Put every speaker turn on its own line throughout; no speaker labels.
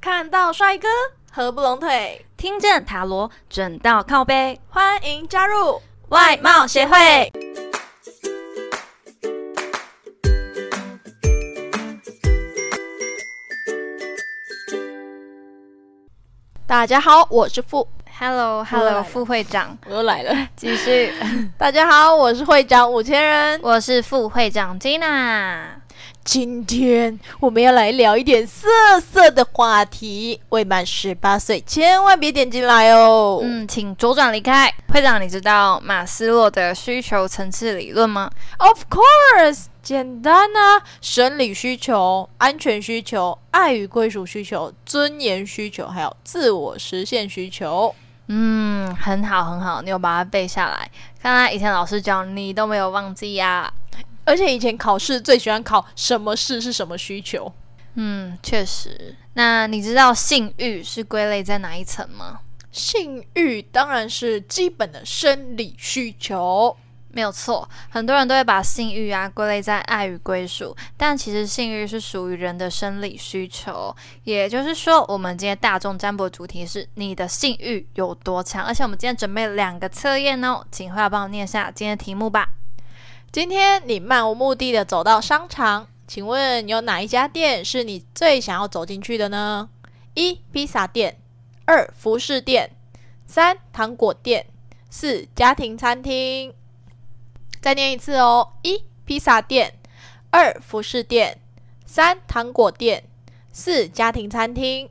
看到帅哥合不拢腿，
听见塔罗准到靠背，
欢迎加入。
外貌协会。
大家好，我是傅，
Hello
我来
Hello，
了
副会长，
我又来了。
继续，
大家好，我是会长五千人。
我是副会长 Tina。
今天我们要来聊一点色色的话题，未满十八岁千万别点进来哦。
嗯，请左转离开。会长，你知道马斯洛的需求层次理论吗？
Of course，简单啊，生理需求、安全需求、爱与归属需求、尊严需求，还有自我实现需求。
嗯，很好很好，你有把它背下来。看来以前老师教你都没有忘记呀、
而且以前考试最喜欢考什么事是什么需求？
嗯，确实。那你知道性欲是归类在哪一层吗？
性欲当然是基本的生理需求。
没有错，很多人都会把性欲啊归类在爱与归属，但其实性欲是属于人的生理需求。也就是说，我们今天大众占卜的主题是你的性欲有多强，而且我们今天准备两个测验哦，请会帮我念一下今天的题目吧。
今天你漫无目的的走到商场，请问有哪一家店是你最想要走进去的呢？一披萨店，二服饰店，三糖果店，四家庭餐厅。再念一次哦：一披萨店，二服饰店，三糖果店，四家庭餐厅。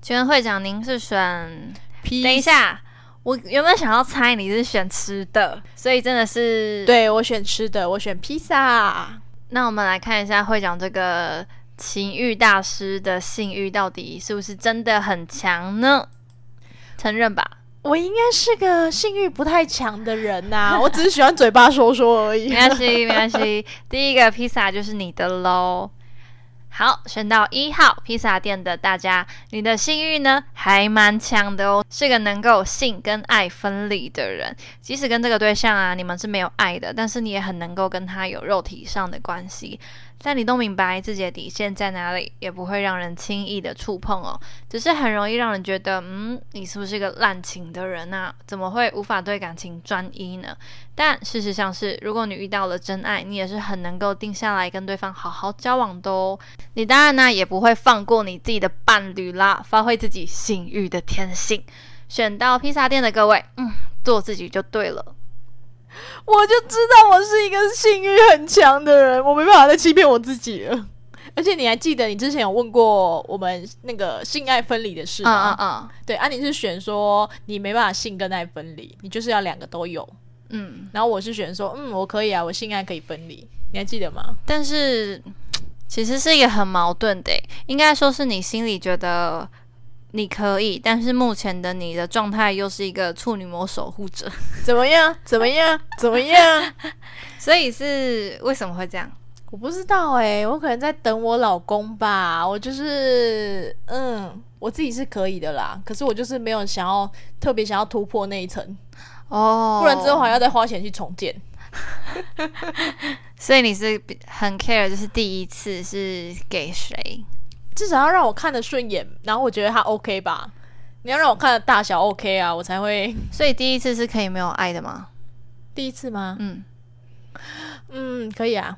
请问会长，您是选？
披
等一，下，我原本想要猜你是选吃的，所以真的是
对我选吃的，我选披萨。
那我们来看一下会长这个情欲大师的性欲到底是不是真的很强呢？承认吧，
我应该是个性欲不太强的人 呐、我只是喜欢嘴巴说说而已
没。关系，没关系。第一个披萨就是你的喽。好，选到一号披萨店的大家，你的性欲呢还蛮强的哦，是个能够性跟爱分离的人。即使跟这个对象啊，你们是没有爱的，但是你也很能够跟他有肉体上的关系。但你都明白自己的底线在哪里，也不会让人轻易的触碰哦，只是很容易让人觉得，嗯，你是不是个滥情的人啊？怎么会无法对感情专一呢？但事实上是，如果你遇到了真爱，你也是很能够定下来跟对方好好交往的哦。你当然呢、也不会放过你自己的伴侣啦，发挥自己性欲的天性。选到披萨店的各位，嗯，做自己就对了。
我就知道我是一个性欲很强的人，我没办法再欺骗我自己了。而且你还记得你之前有问过我们那个性爱分离的事
嗯嗯
吗？
嗯
对，啊，你是选说你没办法性跟爱分离，你就是要两个都有。
嗯，
然后我是选说，嗯，我可以啊，我性爱可以分离。你还记得吗？
但是其实是一个很矛盾的耶，欸应该说是你心里觉得。你可以，但是目前的你的状态又是一个处女膜守护者，
怎么样？怎么样？怎么样？
所以是为什么会这样？
我不知道哎、我可能在等我老公吧。我就是，嗯，我自己是可以的啦，可是我就是没有想要特别想要突破那一层。
哦
不然之后还要再花钱去重建。
所以你是比很 care，就是第一次是给谁？
至少要让我看得顺眼，然后我觉得他 OK 吧。你要让我看的大小 OK 啊，我才会
所以第一次是可以没有爱的吗？
第一次吗？
嗯，
嗯，可以啊。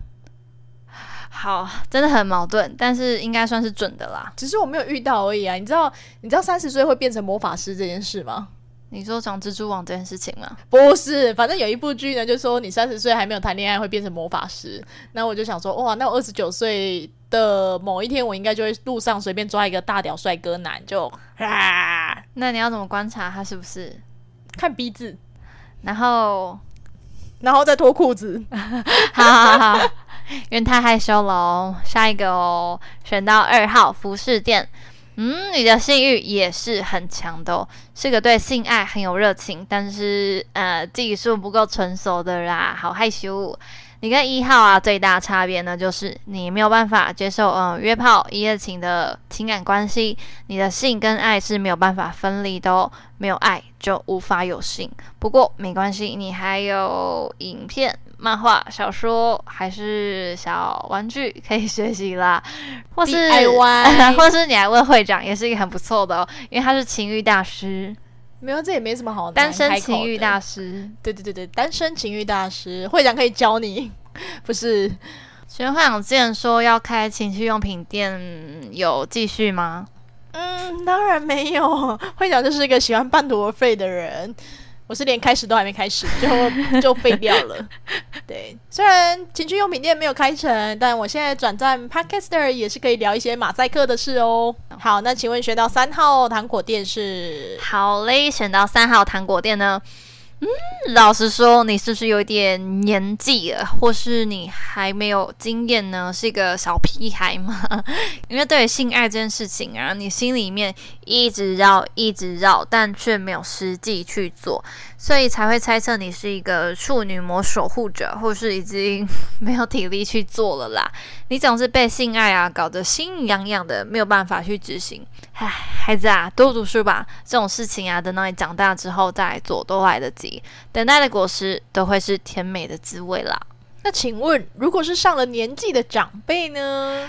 好，真的很矛盾，但是应该算是准的啦。
只是我没有遇到而已啊。你知道，你知道三十岁会变成魔法师这件事吗？
你说长蜘蛛网这件事情吗？
不是，反正有一部剧呢，就说你三十岁还没有谈恋爱会变成魔法师。那我就想说，哇，那我二十九岁的某一天，我应该就会路上随便抓一个大屌帅哥男，就啊，
那你要怎么观察他是不是？
看鼻子，
然后，
然后再脱裤子。
好好好，好因为太害羞了哦。下一个哦，选到二号服饰店。嗯，你的性欲也是很强的哦，是个对性爱很有热情，但是呃技术不够成熟的啦，好害羞。哦你跟一号啊最大差别呢，就是你没有办法接受嗯、呃约炮一夜情的情感关系，你的性跟爱是没有办法分离的哦，没有爱就无法有性。不过没关系，你还有影片漫画、小说还是小玩具可以学习 啦，或是
DIY
或是你还问会长，也是一个很不错的哦，因为他是情欲大师，
没有，这也没什么好难
单身
开口
情欲
的
大师。
对对对对，单身情欲大师会长可以教你，不是？
学会长之前说要开情趣用品店，有继续吗？
嗯，当然没有。 会长就是一个喜欢半途而废的人，我是连开始都还没开始就就废掉了。对，虽然情趣用品店没有开成，但我现在转战 Podcaster 也是可以聊一些马赛克的事哦。好，那请问学到三号糖果店是？
好嘞，选到三号糖果店呢。嗯，老实说，你是不是有点年纪了，或是你还没有经验呢？是一个小屁孩吗？ 因为对于性爱这件事情啊，你心里面一直绕，一直绕，但却没有实际去做，所以才会猜测你是一个处女膜守护者，或是已经 没有体力去做了啦。你总是被性爱啊搞得心痒痒的，没有办法去执行。唉，孩子啊，多读书吧，这种事情啊，等到你长大之后再来做都来得及。等待的果实都会是甜美的滋味啦。
那请问，如果是上了年纪的长辈呢？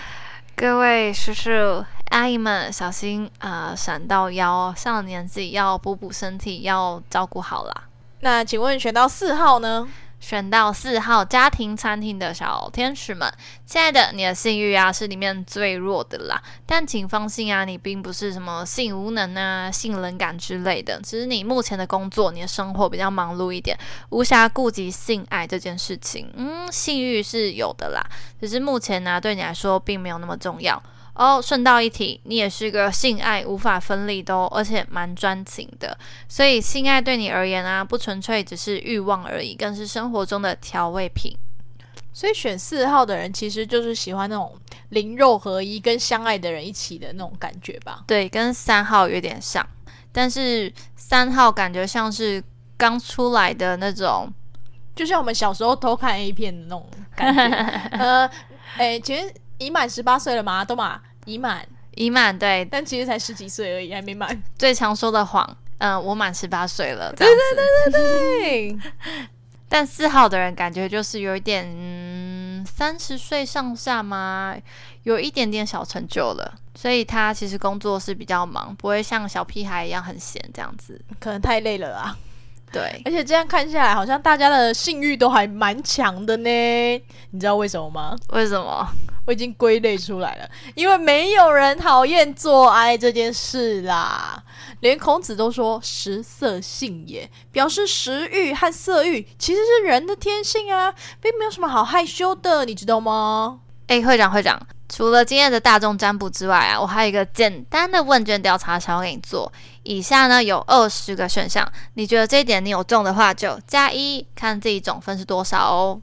各位叔叔阿姨们，小心啊、呃闪到腰哦！上了年纪要补补身体，要照顾好啦。
那请问学到四号呢？
选到四号家庭餐厅的小天使们，亲爱的，你的性欲啊是里面最弱的啦。但请放心啊，你并不是什么性无能啊、性冷感之类的，只是你目前的工作、你的生活比较忙碌一点，无暇顾及性爱这件事情。嗯，性欲是有的啦，只是目前呢、对你来说并没有那么重要。哦，顺道一提，你也是个性爱无法分离的哦，而且蛮专情的。所以，性爱对你而言啊，不纯粹只是欲望而已，更是生活中的调味品。
所以选四号的人，其实就是喜欢那种灵肉合一、跟相爱的人一起的那种感觉吧。
对，跟三号有点像，但是三号感觉像是刚出来的那种，
就像我们小时候偷看 A 片的那种感 觉。呃，哎、其实已满十八岁了吗？都嘛已满，
已满对
但其实才十几岁而已，还没满。
最常说的谎。嗯，我满十八岁了， 这样子。
对，
但四号的人感觉就是有一点，嗯，三十岁上下嘛，有一点点小成就了，所以他其实工作是比较忙，不会像小屁孩一样很闲这样子。
可能太累了啊。
对，
而且这样看下来，好像大家的性欲都还蛮强的呢。你知道为什么吗？
为什么？
我已经归类出来了，因为没有人讨厌做爱这件事啦。连孔子都说“食色性也”，表示食欲和色欲其实是人的天性啊，并没有什么好害羞的，你知道吗？
哎，会长会长，除了今天的大众占卜之外啊，我还有一个简单的问卷调查想要给你做。以下呢有二十个选项，你觉得这一点你有中的话就加一，看自己总分是多少哦。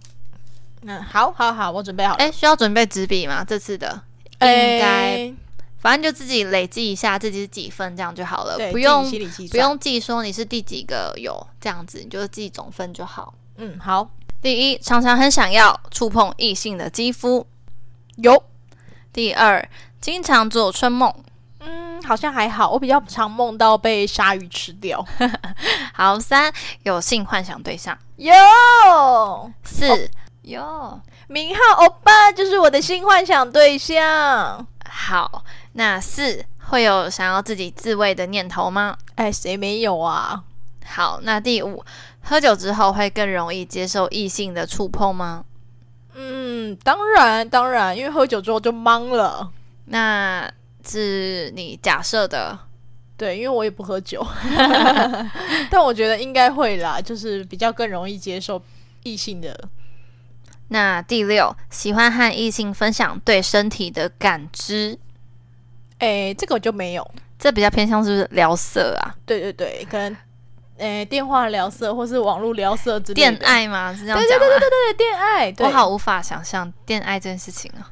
嗯，好好好，我准备好了。
哎，需要准备纸笔吗？这次的应该，
哎
反正就自己累积一下自己是几分，这样就好了
对，，
呃不
自己
用
心里计
不
算。
用记说你是第几个有这样子，你就记总分就好。
嗯，好，
第一，常常很想要触碰异性的肌肤；
有，
第二，经常做春梦。
嗯，好像还好，我比较常梦到被鲨鱼吃掉。
好，三有性幻想对象。
有，哦
四有
明浩欧巴就是我的性幻想对象。
好，那四会有想要自己自慰的念头吗？
哎，谁没有啊？
好，那第五，喝酒之后会更容易接受异性的触碰吗？
嗯，当然当然，因为喝酒之后就懵了。
那是你假设的。
对，因为我也不喝 酒， 但我觉得应该会啦，就是比较更容易接受异性的。
那第六，喜欢和异性分享对身体的感知，
哎，这个我就没有。
这比较偏向是不是聊色啊、
对对对，可能哎电话聊色或是网络聊色之类
恋
的。
爱吗？是这样
对
讲吗？
对恋爱，对
我好无法想象恋爱这件事情啊，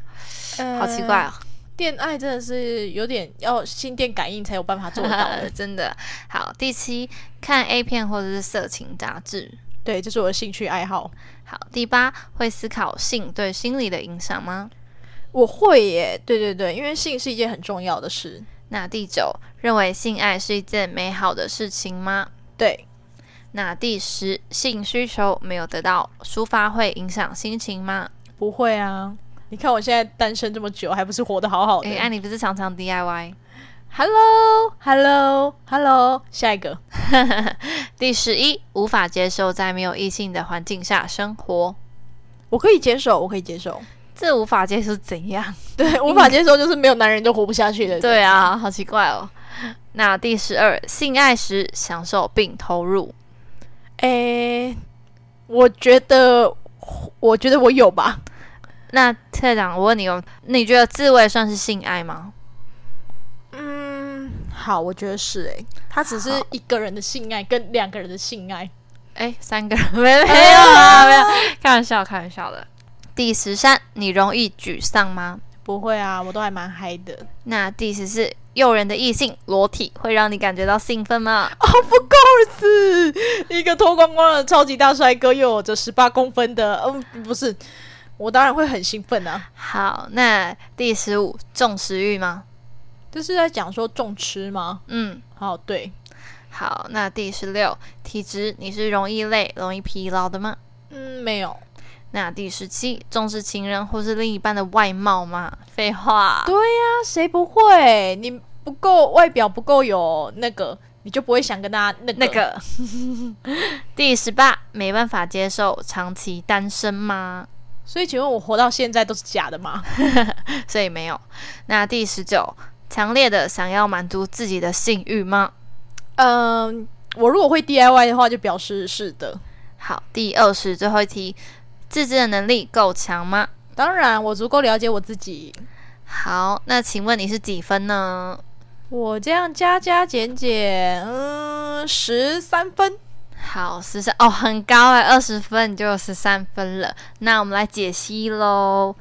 好奇怪
哦。
哦。。
恋爱真的是有点要心电感应才有办法做得到的
真的好。第七，看 A 片或者是色情杂志。
对，这是我的兴趣爱好。
好，第八，会思考性对心理的影响吗？
我会耶，对对对，因为性是一件很重要的事。
那第九，认为性爱是一件美好的事情吗？
对，
那第十，性需求没有得到抒发会影响心情吗？
不会啊，你看我现在单身这么久，还不是活得好好的
诶，哎、你不是常常 DIY？
？Hello，Hello，Hello，下一个，
第十一，无法接受在没有异性的环境下生活，
我可以接受，我可以接受。
这无法接受是怎样？
对，无法接受就是没有男人就活不下去的。
对啊，好奇怪哦。那第十二，性爱时享受并投入，
诶、哎我觉得，我觉得我有吧。
那特长，我问你哦，你觉得自慰算是性爱吗？
嗯，好，我觉得是哎诶、他只是
好
一个人的性爱跟两个人的性爱。
哎，三个人 没没有啊，没有，开玩笑，开玩笑的。第十三，你容易沮丧吗？
不会啊，我都还蛮嗨的。
那第十四，诱人的异性裸体会让你感觉到兴奋吗？
是一个脱光光的超级大帅哥，又有着十八公分的，嗯，不是，我当然会很兴奋啊。
好，那第十五，重食欲吗？
这是在讲说重吃吗？
嗯，
哦，对，
好，那第十六，体质你是容易累、容易疲劳的吗？
嗯，没有。
那第十七，重视情人或是另一半的外貌吗？废话，
对那谁不会？你不够外表不够有那个，你就不会想跟他那个
那个。 第十八，没办法接受长期单身吗？
所以，请问我活到现在都是假的吗？
所以没有。那第十九，强烈的想要满足自己的性欲吗？
嗯，我如果会 DIY 的话，就表示是的。
好，第二十，最后一题，自制的能力够强吗？
当然，我足够了解我自己。
好，那请问你是几分呢？
我这样加加减减，嗯，十三分。
好，十三哦，很高哎，二十分你就有十三分了。那我们来解析喽。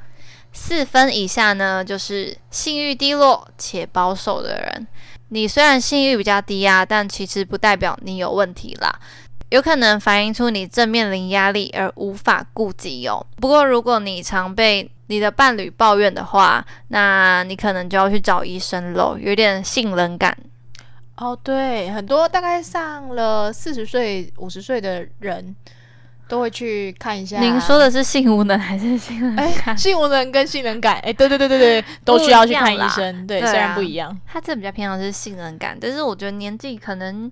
四分以下呢，就是性欲低落且保守的人。你虽然性欲比较低啊，但其实不代表你有问题啦，有可能反映出你正面临压力而无法顾及哦。不过如果你常被你的伴侣抱怨的话，那你可能就要去找医生喽，有点性冷感。
哦，对，很多大概上了四十岁、五十岁的人都会去看一下。啊
您说的是性无能还是性冷感？
哎， 性无能跟性能感，哎，对对对对对，都需要去看医
不一
生。对，
对啊
虽然不一样，
他这比较偏向是性能感，但是我觉得年纪可能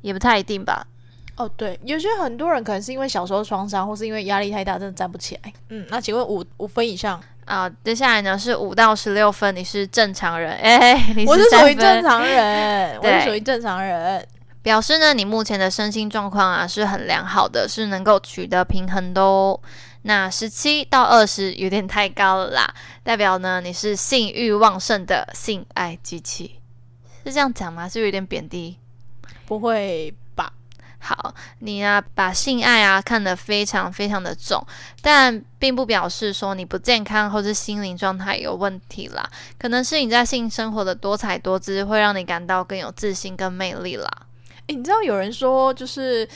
也不太一定吧。
哦，对，有些很多人可能是因为小时候创伤，或是因为压力太大，真的站不起来。嗯，那请问五五分以上，
啊、接下来呢是五到十六分，你是正常人，哎、你
我是
三
属于
分
正，常人，我
对
是属于正常人。
表示呢你目前的身心状况啊是很良好的，是能够取得平衡的哦。那十七到二十有点太高了啦，代表呢你是性欲旺盛的性爱机器，是这样讲吗？是不是有点贬低？
不会吧？
好，你啊，把性爱啊看得非常非常的重，但并不表示说你不健康或是心灵状态有问题啦，可能是你在性生活的多彩多姿会让你感到更有自信、跟魅力啦。
诶，你知道有人说，就是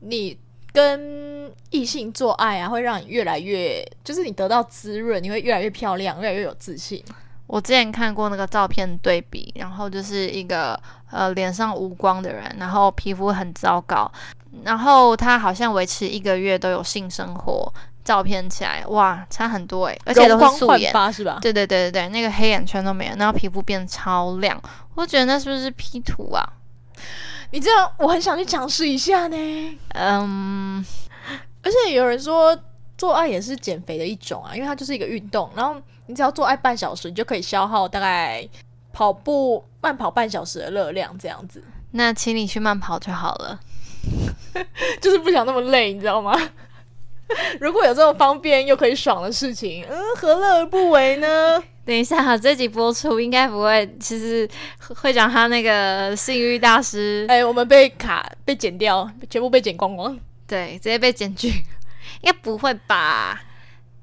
你跟异性做爱啊，会让你越来越，就是你得到滋润，你会越来越漂亮，越来越有自信。
我之前看过那个照片对比，然后就是一个呃脸上无光的人，然后皮肤很糟糕，然后他好像维持一个月都有性生活，照片起来哇差很多诶、欸而且
容
都
光
是素
焕
颜。
发是吧？
对对对对对，那个黑眼圈都没有，然后皮肤变超亮，我觉得那是不是 P 图啊？
你这样，我很想去尝试一下呢。
嗯，
而且有人说，做爱也是减肥的一种啊，因为它就是一个运动，然后你只要做爱半小时，你就可以消耗大概跑步慢跑半小时的热量，这样子，
那请你去慢跑就好了。
就是不想那么累，你知道吗？ 如果有这种方便又可以爽的事情，嗯，何乐而不为呢？
等一下，这集播出应该不会，其实会讲他那个性欲大师，
哎、我们被卡被剪掉，全部被剪光光。
对，直接被检举，应该不会吧？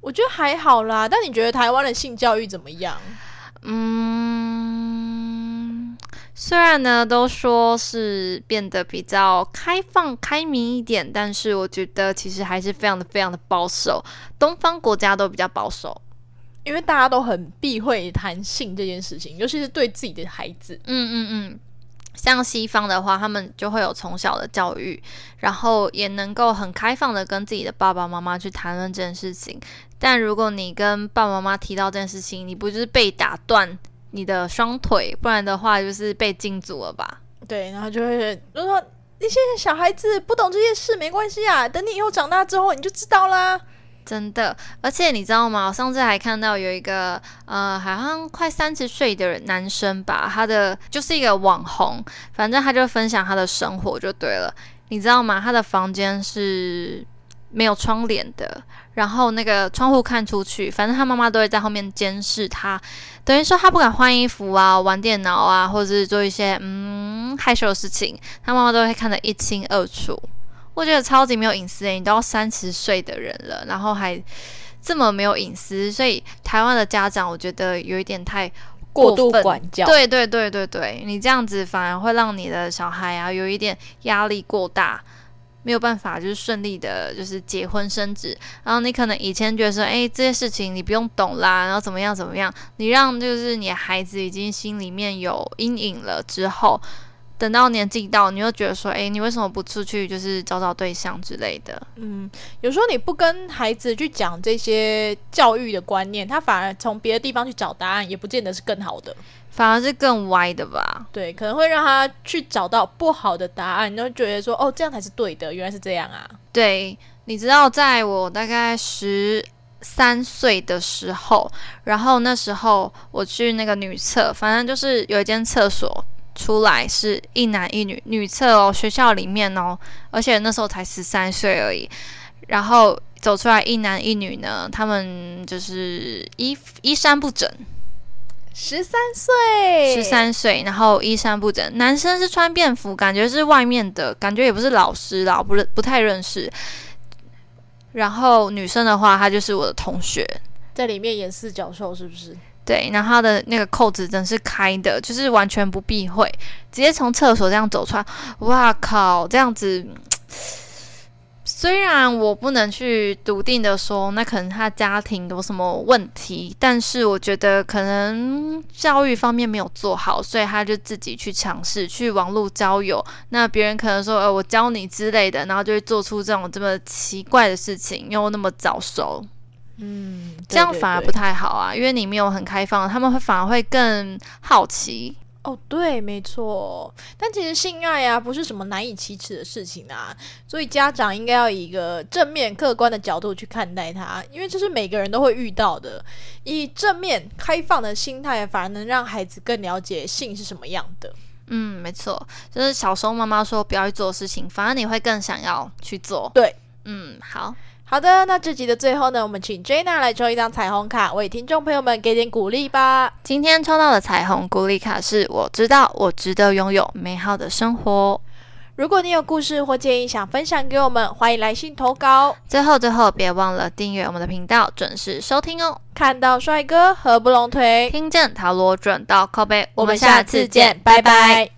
我觉得还好啦，但你觉得台湾的性教育怎么样？
嗯，虽然呢都说是变得比较开放、开明一点，但是我觉得其实还是非常的、非常的保守。东方国家都比较保守。
因为大家都很避讳谈性这件事情，尤其是对自己的孩子。
嗯嗯嗯，像西方的话，他们就会有从小的教育，然后也能够很开放的跟自己的爸爸妈妈去谈论这件事情。但如果你跟爸爸妈妈提到这件事情，你不就是被打断你的双腿，不然的话就是被禁足了吧？
对，然后就会就说那些小孩子不懂这些事没关系啊，等你以后长大之后你就知道啦。
真的，而且你知道吗？我上次还看到有一个呃，好像快三十岁的男生吧，他的就是一个网红，反正他就分享他的生活就对了。你知道吗？他的房间是没有窗帘的，然后那个窗户看出去，反正他妈妈都会在后面监视他，等于说他不敢换衣服啊、玩电脑啊，或者是做一些嗯害羞的事情，他妈妈都会看得一清二楚。我觉得超级没有隐私诶，你都要三十岁的人了，然后还这么没有隐私，所以台湾的家长我觉得有一点太
过度
分
管教，
对对对对对，你这样子反而会让你的小孩啊有一点压力过大，没有办法就是顺利的，就是结婚生子。然后你可能以前觉得说，哎，这些事情你不用懂啦，然后怎么样怎么样，你让就是你的孩子已经心里面有阴影了之后。等到年纪到，你又觉得说，哎，你为什么不出去，就是找找对象之类的？
嗯，有时候你不跟孩子去讲这些教育的观念，他反而从别的地方去找答案，也不见得是更好的。
反而是更歪的吧？
对，可能会让他去找到不好的答案，你就觉得说，哦，这样才是对的，原来是这样啊。
对，你知道，在我大概十三岁的时候，然后那时候我去那个女厕，反正就是有一间厕所出来是一男一女女厕哦，学校里面哦，而且那时候才十三岁而已，然后走出来一男一女呢，他们就是衣衣衫不整，
十三岁，
十，三岁，然后衣衫不整。男生是穿便服，感觉是外面的，感觉也不是老师啦，我不认不太认识。然后女生的话，她就是我的同学，
在里面演四角兽是不是？
对，然后她的那个扣子真是开的，就是完全不避讳，直接从厕所这样走出来。哇靠，这样子。 虽然我不能去笃定的说，那可能他家庭有什么问题，但是我觉得可能教育方面没有做好，所以他就自己去尝试去网络交友。那别人可能说，呃，我教你之类的，然后就会做出这种这么奇怪的事情，又那么早熟。
嗯，
这样反而不
太。
太好啊，因为你没有很开放，他们会反而会更好奇。
哦，对，没错。但其实性爱啊，不是什么难以启齿的事情啊，所以家长应该要以一个正面、客观的角度去看待它，因为这是每个人都会遇到的。以正面、开放的心态，反而能让孩子更了解性是什么样的。
嗯，没错，就是小时候妈妈说不要去做的事情，反而你会更想要去做。
对，
嗯，好，
好的，那这集的最后呢，我们请 Jenna 来抽一张彩虹卡，为听众朋友们给点鼓励吧。
今天抽到的彩虹鼓励卡是：我知道我值得拥有美好的生活。
如果你有故事或建议想分享给我们，欢迎来信投稿。
最后，最后，别忘了订阅我们的频道，准时收听哦。
看到帅哥合不拢腿，
听见塔罗转到靠背，
我们下次见，拜拜。